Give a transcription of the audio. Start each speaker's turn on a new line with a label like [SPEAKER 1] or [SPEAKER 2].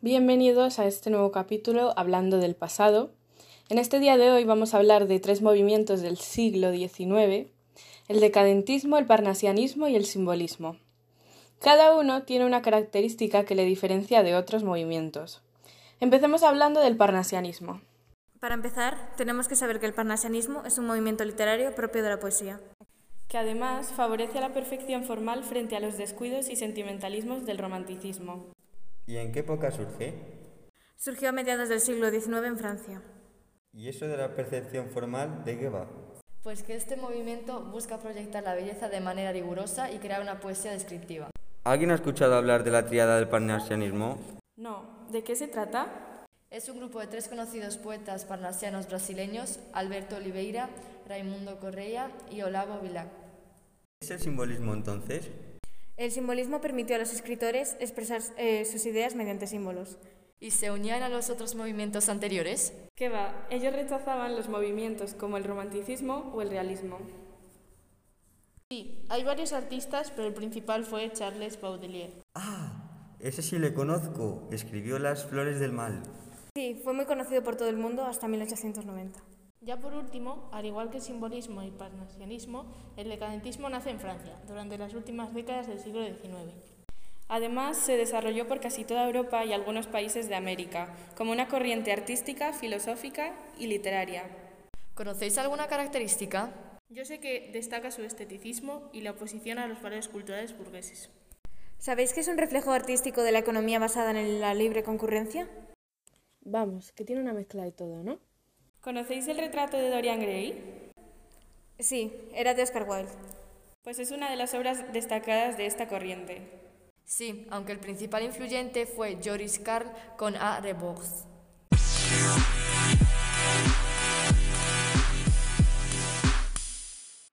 [SPEAKER 1] Bienvenidos a este nuevo capítulo hablando del pasado. En este día de hoy vamos a hablar de tres movimientos del siglo XIX, el decadentismo, el parnasianismo y el simbolismo. Cada uno tiene una característica que le diferencia de otros movimientos. Empecemos hablando del parnasianismo.
[SPEAKER 2] Para empezar, tenemos que saber que el parnasianismo es un movimiento literario propio de la poesía,
[SPEAKER 1] que además favorece la perfección formal frente a los descuidos y sentimentalismos del romanticismo.
[SPEAKER 3] ¿Y en qué época surge?
[SPEAKER 2] Surgió a mediados del siglo XIX en Francia.
[SPEAKER 3] ¿Y eso de la percepción formal de qué va?
[SPEAKER 4] Pues que este movimiento busca proyectar la belleza de manera rigurosa y crear una poesía descriptiva.
[SPEAKER 3] ¿Alguien ha escuchado hablar de la triada del parnasianismo?
[SPEAKER 1] No, ¿de qué se trata?
[SPEAKER 4] Es un grupo de tres conocidos poetas parnasianos brasileños, Alberto Oliveira, Raimundo Correa y Olavo Bilac.
[SPEAKER 3] ¿Es el simbolismo entonces?
[SPEAKER 2] El simbolismo permitió a los escritores expresar eh, sus ideas mediante símbolos.
[SPEAKER 4] ¿Y se unían a los otros movimientos anteriores?
[SPEAKER 1] ¿Qué va? Ellos rechazaban los movimientos como el romanticismo o el realismo.
[SPEAKER 5] Sí, hay varios artistas, pero el principal fue Charles Baudelaire.
[SPEAKER 3] Ah, ese sí le conozco. Escribió Las Flores del Mal.
[SPEAKER 2] Sí, fue muy conocido por todo el mundo hasta 1890.
[SPEAKER 5] Ya por último, al igual que el simbolismo y el parnasianismo, el decadentismo nace en Francia, durante las últimas décadas del siglo XIX.
[SPEAKER 1] Además, se desarrolló por casi toda Europa y algunos países de América, como una corriente artística, filosófica y literaria.
[SPEAKER 4] ¿Conocéis alguna característica?
[SPEAKER 5] Yo sé que destaca su esteticismo y la oposición a los valores culturales burgueses.
[SPEAKER 2] ¿Sabéis que es un reflejo artístico de la economía basada en la libre concurrencia?
[SPEAKER 6] Vamos, que tiene una mezcla de todo, ¿no?
[SPEAKER 1] ¿Conocéis el retrato de Dorian Gray?
[SPEAKER 2] Sí, era de Oscar Wilde.
[SPEAKER 1] Pues es una de las obras destacadas de esta corriente.
[SPEAKER 4] Sí, aunque el principal influyente fue Joris Karl con A. Rebours.